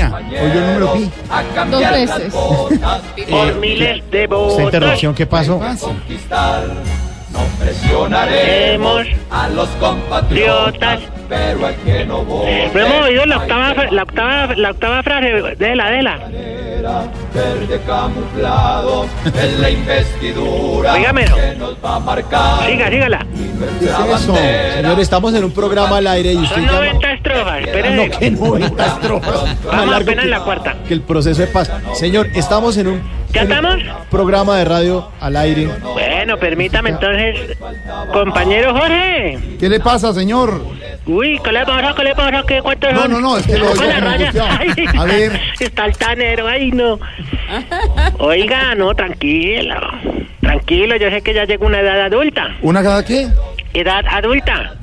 Oye el número pi. Dos veces. Eh, Por miles de Esta votos interrupción, ¿qué pasó? Conquistar. No presionaremos hemos, a los compatriotas, pero el que no vote no hemos oído Eh, la octava, fra- la octava, la octava frase de la de la. era verde camuflado en la investidura Oígamelo. que nos va a marcar Siga, sígala. nuestra Eso, bandera. señor, estamos en un programa al aire y usted Son llama 90 estrofas. Espere, que 90 estrofas. Más vamos largo apenas que- en la cuarta. Que el proceso de paz. Señor, estamos en un, ¿Ya en un estamos? programa de radio al aire. Bueno, permítame entonces, compañero Jorge. ¿Qué le pasa, señor? Uy, ¿qué le pasa? ¿Qué le pasa? ¿Qué, ¿Cuántos No, son? no, no, es que lo Con oigo la muy raya. angustiado. Ay, A ver. Está altanero, ay, no. Oiga, no, tranquilo. Tranquilo, yo sé que ya llegó una edad adulta. ¿Una cada qué? Edad adulta.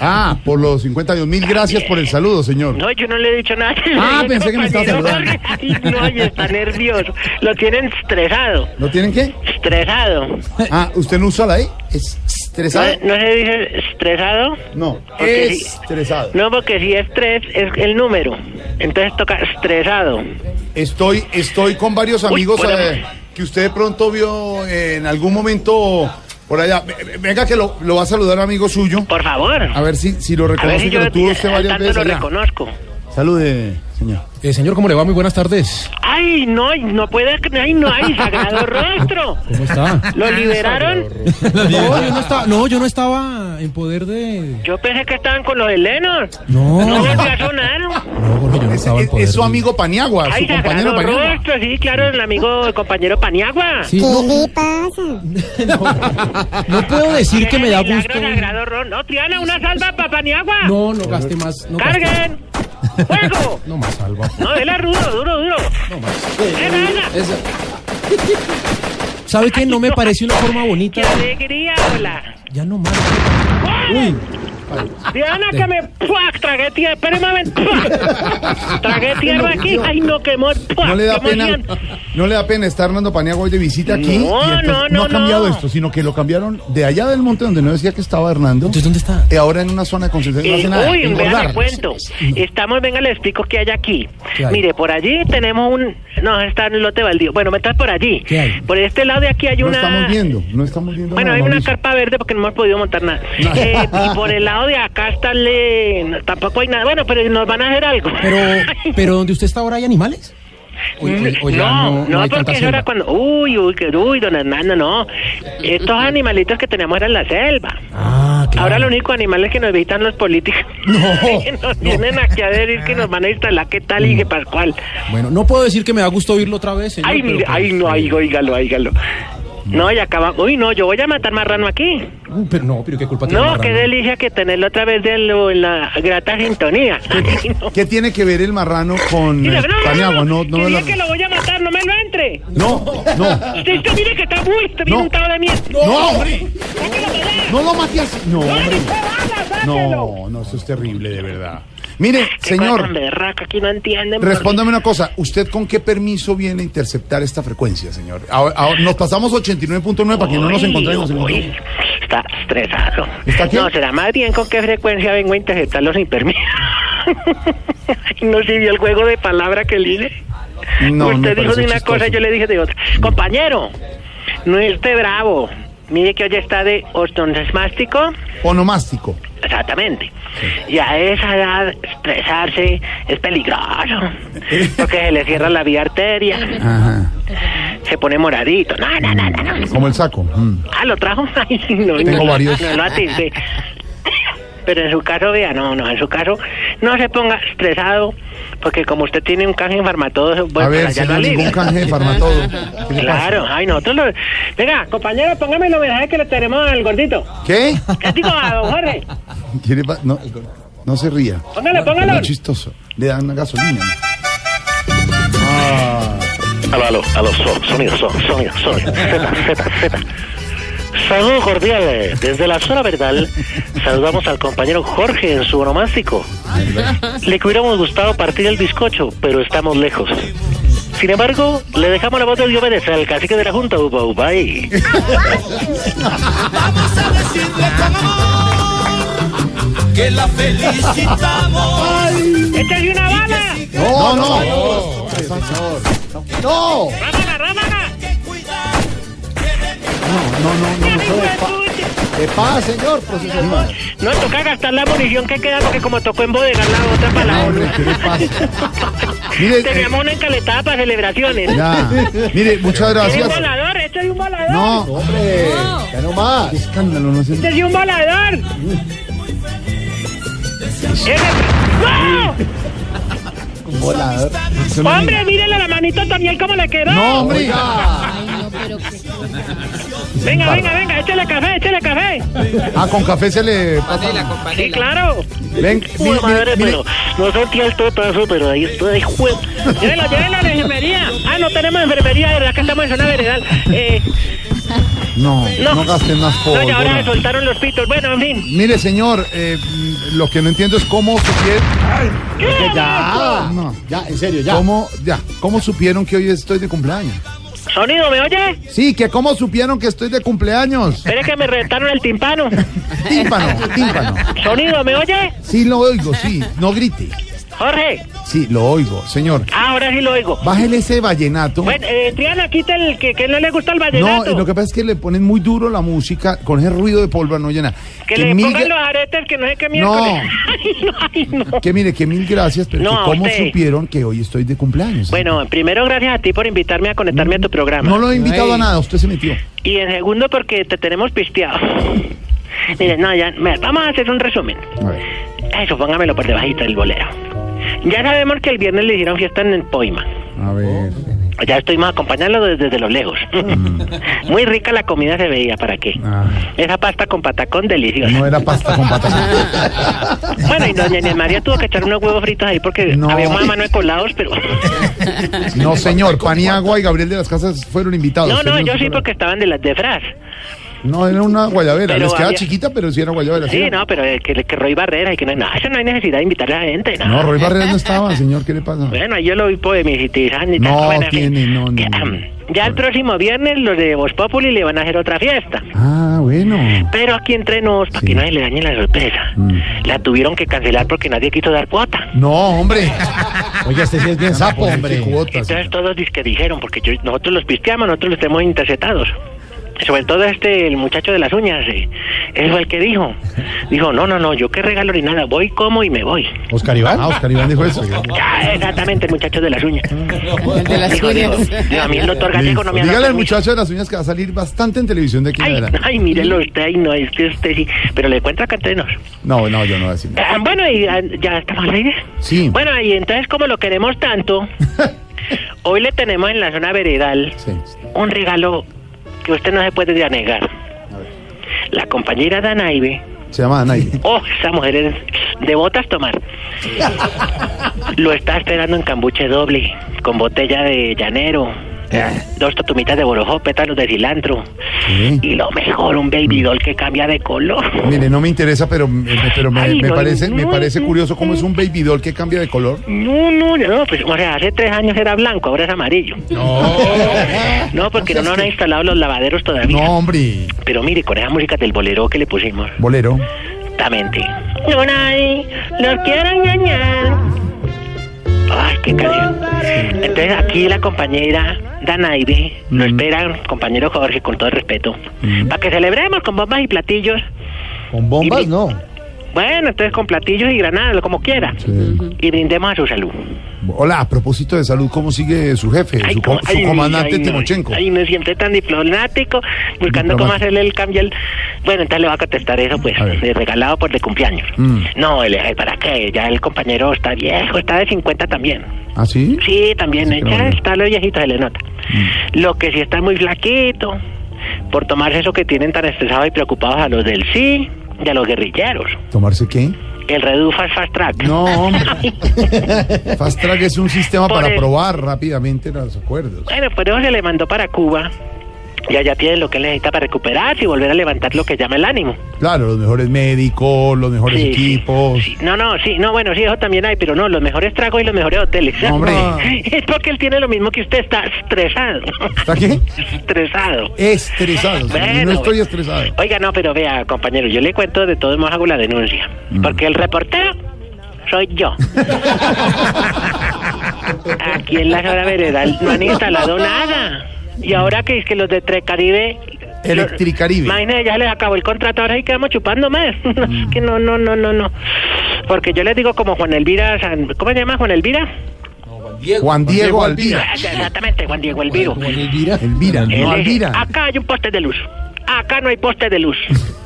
Ah, por los 52 mil gracias por el saludo, señor. No, yo no le he dicho nada. Ah, Le dije, pensé que me estaba compañero, Ay, no, y está nervioso. Lo tienen estresado. ¿No tienen qué? Estresado. Ah, ¿usted no usa la E? ¿Es ¿No, estresado? no se dice estresado? No, Porque sí. estresado. No, porque si es tres, es el número. Entonces toca estresado. Estoy, estoy con varios amigos por eh, amor. que usted de pronto vio eh, en algún momento por allá. V- Venga que lo, lo va a saludar amigo suyo. Por favor. A ver si, si lo A ver reconoce, si que yo lo tuvo usted al varias tanto veces lo allá. reconozco. Salude, señor. Eh, señor, ¿cómo le va? Muy buenas tardes. Ay, no, ay, no puede, ay, no, ay, sagrado rostro. ¿Cómo está? ¿Lo liberaron? no, yo no estaba, no, yo no estaba en poder de... Yo pensé que estaban con los helenos. No, No no, volvió a sonar. Jorge, yo no Es, estaba en es- poder es su de- amigo Paniagua, Ay, su compañero sagrado Paniagua. rostro, sí, claro, el amigo, el compañero Paniagua. Sí, no, no puedo decir que me da Milagro, gusto. sagrado rostro. No, Triana, una salva para Paniagua. No, no gaste más. No gaste más. ¡Carguen! ¡Fuego! No más, Alba. No, él es duro, duro, duro. No más. eh. ¡Esa, esa! Eso. ¿Sabe qué? No me parece una forma bonita. ¡Qué alegría, hola! Ya no más. ¡Uy! Uy. Diana, que me ¡puac! tragué tierra. Espera un momento. ¡puac! Tragué tierra aquí. Ay, no quemó. ¡puac! No le da quemó pena, bien. no le da pena estar Hernando Paniagua hoy de visita aquí. No, y entonces no, no, ha cambiado no. esto, sino que lo cambiaron de allá del monte donde no decía que estaba Hernando. Entonces, ¿dónde está? y ahora en una zona de concentración no Eh, hace nada. uy, vea, le engordar. cuento. Estamos, venga, le explico qué hay aquí. ¿Qué hay? Mire, por allí tenemos un. No, está en el lote baldío. Bueno, metas por allí. ¿Qué hay? Por este lado de aquí hay No una. estamos viendo, no estamos viendo Bueno, nada, hay una Mauricio. carpa verde porque no hemos podido montar nada. Eh, y por el lado de acá está le... no, tampoco hay nada. Bueno, pero nos van a hacer algo. Pero, pero donde usted está ahora hay animales. O- o- o ya Mm, no, no, hay tanta porque eso era selva. cuando... Uy, uy, que- uy, don Hernando, no. Estos animalitos que tenemos eran la selva. Ah, claro. Ahora los únicos animales que nos visitan los políticos. Que nos vienen aquí a decir que nos van a instalar qué tal y qué pascual. Bueno, no puedo decir que me da gusto oírlo otra vez, señor. Ay, pero mire, pues- ay, no, ay, oígalo, oígalo. No, ya acaba. Uy, no, yo voy a matar marrano aquí. Uh, pero no, pero qué culpa tiene. No, el qué marrano? delicia que tenerlo otra vez de lo- en la grata sintonía. Ay, no. ¿Qué tiene que ver el marrano con Mira, eh, Paniagua? No, que no, diga la- que lo voy a matar, no me lo entre. no, no, Usted, usted mire que está muy, está bien No. untado de mierda. no, hombre, Sáquelo para allá. no lo mate así. No, No, hombre, ni se bala, sáquelo. no, no, eso es terrible, de verdad. Mire, Qué cosa señor, tan berraca, aquí no entienden. por- respóndame una cosa. ¿Usted con qué permiso viene a interceptar esta frecuencia, señor? Ahora- ahora nos pasamos 89.9 para que no nos Uy, encontremos en uy, otro. Está estresado. ¿Está qué? No, será más bien con qué frecuencia vengo a interceptarlo sin permiso. Ay, no sirvió el juego de palabra que le hice. No, me Usted dijo parece de una chistoso. cosa, yo le dije de otra. Compañero, no esté bravo. Mire que hoy está de ostonesmástico. Onomástico. Exactamente. Y a esa edad, estresarse es peligroso. Porque se le cierra la vía arteria, Ajá. se pone moradito. No, no, no, no. no. Como el saco. mm. Ah, lo trajo. Ay, no, Tengo no, varios. No lo atisbe. Pero en su caso, vea, no, no, en su caso, no se ponga estresado, porque como usted tiene un canje en farmatodo, bueno, pues a ver, para allá lo señor, ningún alivia. canje de farmatodo. ¿Qué le pasa? Claro, ay, nosotros lo... Venga, compañero, póngame el homenaje que le tenemos al gordito. ¿Qué? ¿Qué digo a don Jorge? ¿Qué le pa- no, no se ría. Póngalo, Muy póngalo. chistoso. Le dan una gasolina. Aló, aló, aló, son, sonido, son, sonido, sonido. Z, Z, Z. Saludos cordiales. Desde la zona verdal, saludamos al compañero Jorge en su onomástico. Le que hubiéramos gustado partir el bizcocho, pero estamos lejos. Sin embargo, le dejamos la voz de Diomedes al cacique de la Junta, Upa Upa. ahí. Vamos a decirle con amor que la felicitamos. ¡Échale una bala! No, no. señor. ¡No! ¡Rámala, rámala! No, no, no, no. De paz, de paz señor, proceso de paz. No toca gastar la munición que queda porque como tocó en bodega la otra para la Hombre, otra. ¿qué le pasa? Mire, eh, Teníamos una encaletada para celebraciones. ya. Mire, muchas ¿Es un gracias. volador? ¡Esto es un volador! No, Hombre, ya no más. escándalo, no sé. ¡Este es un volador! ¡Ese- Un volador. Eso ¡No! no es ¡Hombre, mírele la manito a Daniel cómo le quedó! No, hombre. Ay, no, pero qué- Venga, venga, venga, échale café, échale café. Ah, con café se le. Panela, con Sí, panela. claro. Ven, Uy, mire, mire, madre, mire. pero no sentía el totazo, pero ahí estoy, ahí jue... Llévelo, llévelo a la enfermería. Ah, no tenemos enfermería, de verdad que estamos en zona veredal. Eh, No, no. no gasten más no, y ahora me por. soltaron los pitos. Bueno, en fin. Mire, señor, eh, mm, lo que no entiendo es cómo supieron. Ya, Ah, No. ya, en serio, ya. ¿Cómo, ya, ¿Cómo supieron que hoy estoy de cumpleaños? Sonido, ¿me oye? Sí, que cómo supieron que estoy de cumpleaños. Espere que me reventaron el timpano. Tímpano, tímpano. Sonido, ¿me oye? Sí, lo oigo, sí. No grite. Jorge, Sí, lo oigo, señor. Ah, ahora sí lo oigo. Bájele ese vallenato. Bueno, eh, Triana, quita el que, que no le gusta el No, vallenato. eh, lo que pasa es que le ponen muy duro la música con ese ruido de polvo no llena. Que le mil pongan gra- los aretes que no sé qué No. miércoles. Ay, no, ay, no. que mire, que mil gracias, pero No, que a cómo usted. supieron que hoy estoy de cumpleaños. Bueno, primero gracias a ti por invitarme a conectarme a tu programa. Mm, No lo he invitado a Ay. nada, usted se metió. Y en segundo porque te tenemos pisteado. Mire, no, ya, mira, vamos a hacer un resumen. A ver. Eso, póngamelo por debajito del bolero. Ya sabemos que el viernes le hicieron fiesta en el Poima. A ver. Ya estuvimos acompañando desde, desde los lejos. Muy rica la comida se veía, ¿para qué? Mm. Ah. Esa pasta con patacón deliciosa. No era pasta con patas. Bueno, y doña Inés María tuvo que echar unos huevos fritos ahí porque No. había una mano de colados, pero... No, señor, Paniagua y Gabriel de las Casas fueron invitados. No, no, Usted yo sí fueron- porque estaban de las de Fras. ¿Ah, No, era una guayabera. Pero Les quedaba había- chiquita, pero sí era guayabera. Sí, era. no, pero eh, que, que Roy Barrera y que no, no, eso no hay necesidad de invitar a la gente, no. No, Roy Barrera no estaba, señor, ¿qué le pasa? Bueno, yo lo vi pues, poemisitizando y No tal. Bueno, en fin. tiene, no, no, Que, no. am, Ya el próximo viernes los de Voz Populi le van a hacer otra fiesta. Ah, bueno. Pero aquí entre nos, para Sí. que nadie le dañe la sorpresa, Mm. la tuvieron que cancelar porque nadie quiso dar cuota. No, hombre. Oye, este sí es bien sapo, hombre. Qué cuota, Entonces señor. todos que dijeron, porque yo- nosotros los pisteamos, nosotros los tenemos interceptados. Sobre todo este, el muchacho de las uñas, eh, ese fue el que dijo. Dijo, no, no, no, yo qué regalo ni nada, voy, como y me voy. Oscar Iván. Ah, Oscar Iván dijo eso. Ya, exactamente, el muchacho de las uñas. El de las Dijo, dijo, uñas. dijo, a mí el doctor Gallego no me ha dado Dígale al permiso". muchacho de las uñas que va a salir bastante en televisión de aquí en Ay, adelante. ay, mírelo usted, ay, no, es que usted sí, pero le encuentra acá entre nos. No, no, yo no voy a decir nada. Ah, bueno, y ah, ya estamos al aire. Sí. Bueno, y entonces como lo queremos tanto, hoy le tenemos en la zona veredal Sí. un regalo que usted no se puede ya negar. La compañera Danaibe, Se llama Anaí. oh, esa mujer es de botas tomar. lo está esperando en cambuche doble, con botella de llanero, dos totumitas de borojó, pétalos de cilantro. Eh. Sí. Mm. Y lo mejor, un baby doll que cambia de color. Mire, no me interesa, pero, me- pero me, Ay, me no, parece, me no, parece no. curioso cómo es un baby doll que cambia de color. No, no, no, pues, o sea, hace tres años era blanco, ahora es amarillo. No. No, porque no, nos han instalado los lavaderos todavía. No, hombre. Pero mire, con esa música del bolero que le pusimos, Bolero. exactamente. No, nadie los quiero engañar. Ay, qué canción. Entonces aquí la compañera Danaibe lo espera, compañero Jorge, con todo el respeto, para que celebremos con bombas y platillos. Con bombas, no. Bueno, entonces con platillos y granadas, como quiera. Y brindemos a su salud. Hola, a propósito de salud, ¿cómo sigue su jefe, Ay, su, cómo- co- su ay, comandante ay, no, Timochenko? Ay, no siempre tan diplomático, buscando cómo Diplomático. hacerle el cambio. al- Bueno, entonces le va a contestar eso, pues, A ver. de regalado por de cumpleaños. Mm. No, le dije, ¿para qué? Ya el compañero está viejo, está de 50 también. ¿Ah, sí? Sí, también, Sí, Mm. eh, ya claro. está lo viejito, se le nota. Lo que sí está muy flaquito, por tomarse eso que tienen tan estresados y preocupados a los del sí y a los guerrilleros. ¿Tomarse qué? El Redufas Fast Track. No, hombre. Fast Track es un sistema Por para el- aprobar rápidamente los acuerdos. Bueno, por eso se le mandó para Cuba. Y allá tiene lo que él necesita para recuperarse y volver a levantar lo que llama el ánimo. Claro, los mejores médicos, los mejores Sí, sí, equipos. sí. No, no, sí, no, bueno, sí, eso también hay, pero no, los mejores tragos y los mejores hoteles. Hombre. Es porque él tiene lo mismo que usted, está estresado. ¿Está qué? estresado. Estresado. señor. Bueno, no estoy bueno. estresado. Oiga, no, pero vea, compañero, yo le cuento de todos modos hago la denuncia. Porque el reportero soy yo. Aquí en la Jara Veredal no han instalado nada. Y ahora que es que los de Trecaribe. Electricaribe. Imagínense, ya les acabó el contrato, ahora sí quedamos chupando más. No, es que no, no, no, no, no. Porque yo les digo como Juan Elvira, San- ¿cómo se llama Juan Elvira? Juan Diego Alvira. Ah, Exactamente, Juan Diego Elviro. Elvira. Elvira, Él no es- Alvira. Acá hay un poste de luz. Acá no hay poste de luz.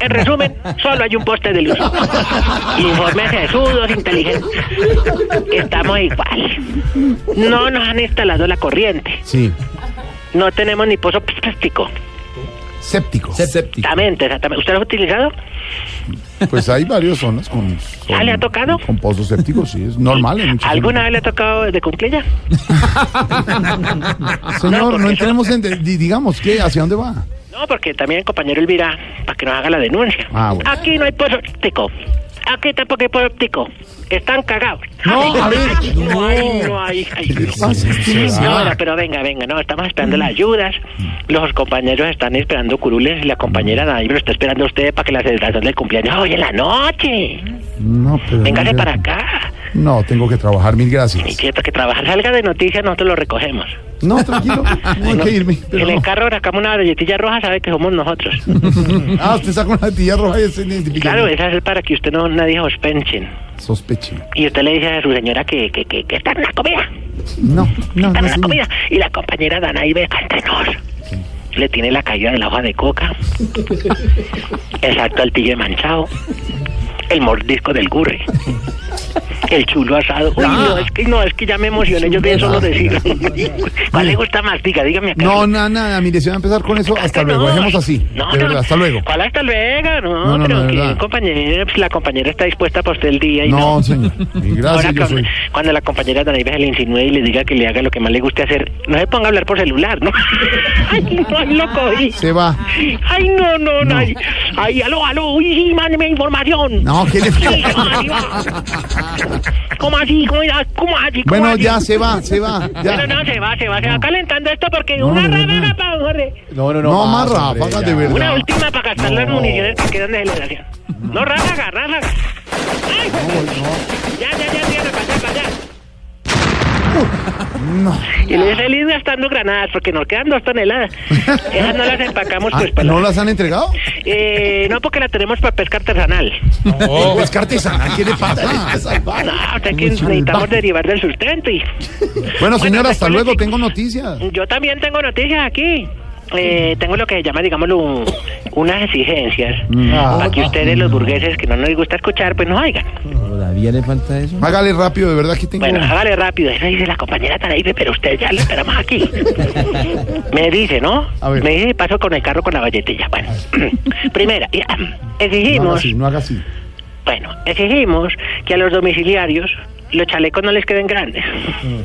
En resumen, solo hay un poste de luz. Informes sesudos, inteligentes. Estamos igual. No nos han instalado la corriente. Sí. No tenemos ni pozo plástico. Séptico. Séptico. Exactamente, exactamente. ¿Usted lo ha utilizado? Pues hay varios zonas con. ¿Ah, le ha tocado? Con pozos sépticos, sí, es normal. en muchas ¿Alguna vez le ha tocado de cunclilla? No, Ah, Señor, no, porque eso- entremos en. de- di- digamos, ¿qué? ¿Hacia dónde va? No, porque también el compañero Elvira, para que nos haga la denuncia. Ah, bueno. Aquí no hay pozo óptico. Aquí tampoco hay pozo óptico. Están cagados. No, a ver. Ay, No hay, no hay. ay, no. pasa, Mm. este No, señor? bueno, pero venga, venga, no, estamos esperando las ayudas. Los compañeros están esperando curules y la compañera Mm. Nadie lo está esperando a usted para que la celebración del cumpleaños hoy en la noche. No, pero. Véngase no, para acá. No, tengo que trabajar, mil Y gracias. cierto que trabajar salga de noticias, nosotros lo recogemos. No, tranquilo, no hay No, que irme. Pero en el no. carro rascamos una galletilla roja, sabe que somos nosotros. Ah, usted saca una tía roja y se identifica. claro, esa es para que usted no nadie os penchen. Sospeche. Y usted le dice a su señora que, que, que, que está en la comida, No, no, no. está en la señor. comida. Y la compañera Danaí ve, cántenos. Le tiene la caída de la hoja de coca. Exacto, el tigre manchado. El mordisco del gurre. El chulo asado. Uy, Ah. no, es que, no, es que ya me emocioné, yo bien solo decirlo. ¿Cuál le gusta más? Diga, dígame acá. No, nada, nada. Mire, si van a empezar con eso, hasta No, luego. Dejemos así. No, De no, verdad, hasta luego. ¿Cuál hasta luego? No, No, no, pero de que verdad. el compañero, pues, la compañera está dispuesta para usted el día y no. No, señor. Mil Ahora gracias, Ah, yo cuando, soy. cuando la compañera de Naive se le insinúe y le diga que le haga lo que más le guste hacer, no se ponga a hablar por celular, ¿no? Ay, no, ahí lo cogí. Se va. Ay, no, no, no. Ay, ay, aló, aló, uy, sí, mándeme información. No, ¿qué le Sí, ay, va. ¿Cómo así? ¿Cómo así? ¿Cómo así? ¿Cómo Bueno, así? ya se va, se va. Pero no, Ya. se va, se va, se va calentando esto porque No, una de verdad. ráfaga para Jorge. No, no, no. No, más más, hombre, ráfagas, ya. de verdad. Una última para gastar las municiones que quedan de celebración. No, ráfaga, ráfaga. Ay, Ya, ya, ya, tierra, para allá, para allá. Y le feliz gastando granadas porque nos quedan dos toneladas. Esas no las empacamos Ah, pues para ¿No las han entregado? eh, no porque la tenemos para pesca artesanal. Pues cartesana, ¿qué le pasa? No, o sea que necesitamos derivar del sustento y Bueno, señor, Bueno, pues, este- hasta recuerde luego. que- Tengo noticias. yo también tengo noticias aquí. Eh, tengo lo que se llama, digámoslo, un- unas exigencias Ah. para que ustedes, los burgueses, que no nos gusta escuchar, pues no oigan. ¿Todavía le falta eso? Hágale rápido, de verdad que tengo. Bueno, hágale rápido. Eso dice la compañera Tanaife, pero usted ya lo esperamos aquí. Me dice, ¿no? A ver. Me dice, paso con el carro con la galletilla. Bueno, primera, y, ah, No haga exigimos, así, no haga así. bueno, exigimos que a los domiciliarios los chalecos no les queden grandes.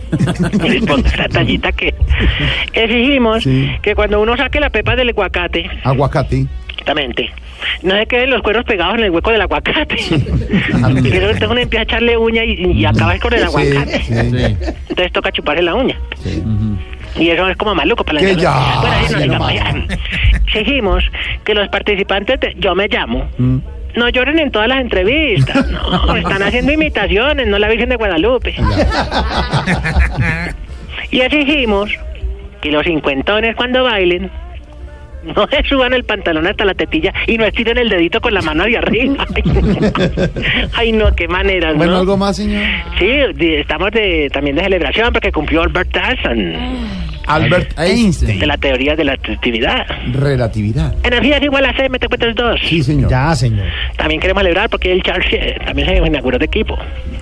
Les pongo la tallita que... Exigimos Mm. Sí. que cuando uno saque la pepa del aguacate, Aguacate. Exactamente. No se queden los cueros pegados en el hueco del aguacate. Pero entonces uno empieza a echarle uña y, y acabas con el Sí, aguacate. sí. Entonces toca chuparle la uña. Y eso es como maluco para la Que gente. ya, Bueno, ahí no ya digamos, nomás. ya. Exigimos que los participantes de Yo me llamo. Mm. No lloren en todas las entrevistas. No, están haciendo imitaciones, no la Virgen de Guadalupe. Y exigimos que los cincuentones cuando bailen no se suban el pantalón hasta la tetilla y no estiren el dedito con la mano hacia arriba. Ay, no, qué maneras, Bueno, ¿no? algo más, señor. Sí, de- estamos de, también de celebración porque cumplió Albert Einstein Albert Einstein. de la teoría de la actividad. Relatividad. Energía es igual a C, mete cuentas dos. Sí, señor. Ya, señor. También queremos celebrar porque el Charles eh, también se inauguró de equipo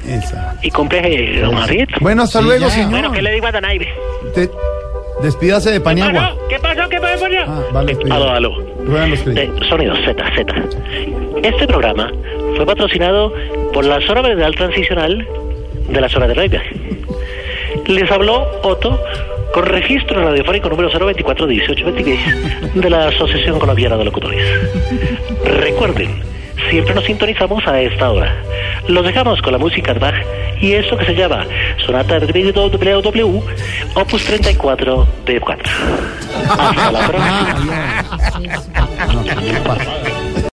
Esa. y cumple eh, don Marrito. Bueno, hasta Sí, luego, ya. señor. Bueno, ¿qué le digo a Danaive? Te- Despídase de ¿Qué Paniagua. pasó? ¿Qué pasó? ¿Qué pasó? Eh, Ah, vale, despedida. Aló, aló. Ruedan los de créditos. Eh, Sonido Z, Z. Este programa fue patrocinado por la zona veredal transicional de la zona de Reivia. Les habló Otto con registro radiofónico número 024 de la Asociación Colombiana de Locutores. Recuerden, siempre nos sintonizamos a esta hora. Los dejamos con la música de Bach y eso que se llama Sonata de WW Opus 34 de 4. Hasta la próxima. Jesús. No, ¿qué le pasa?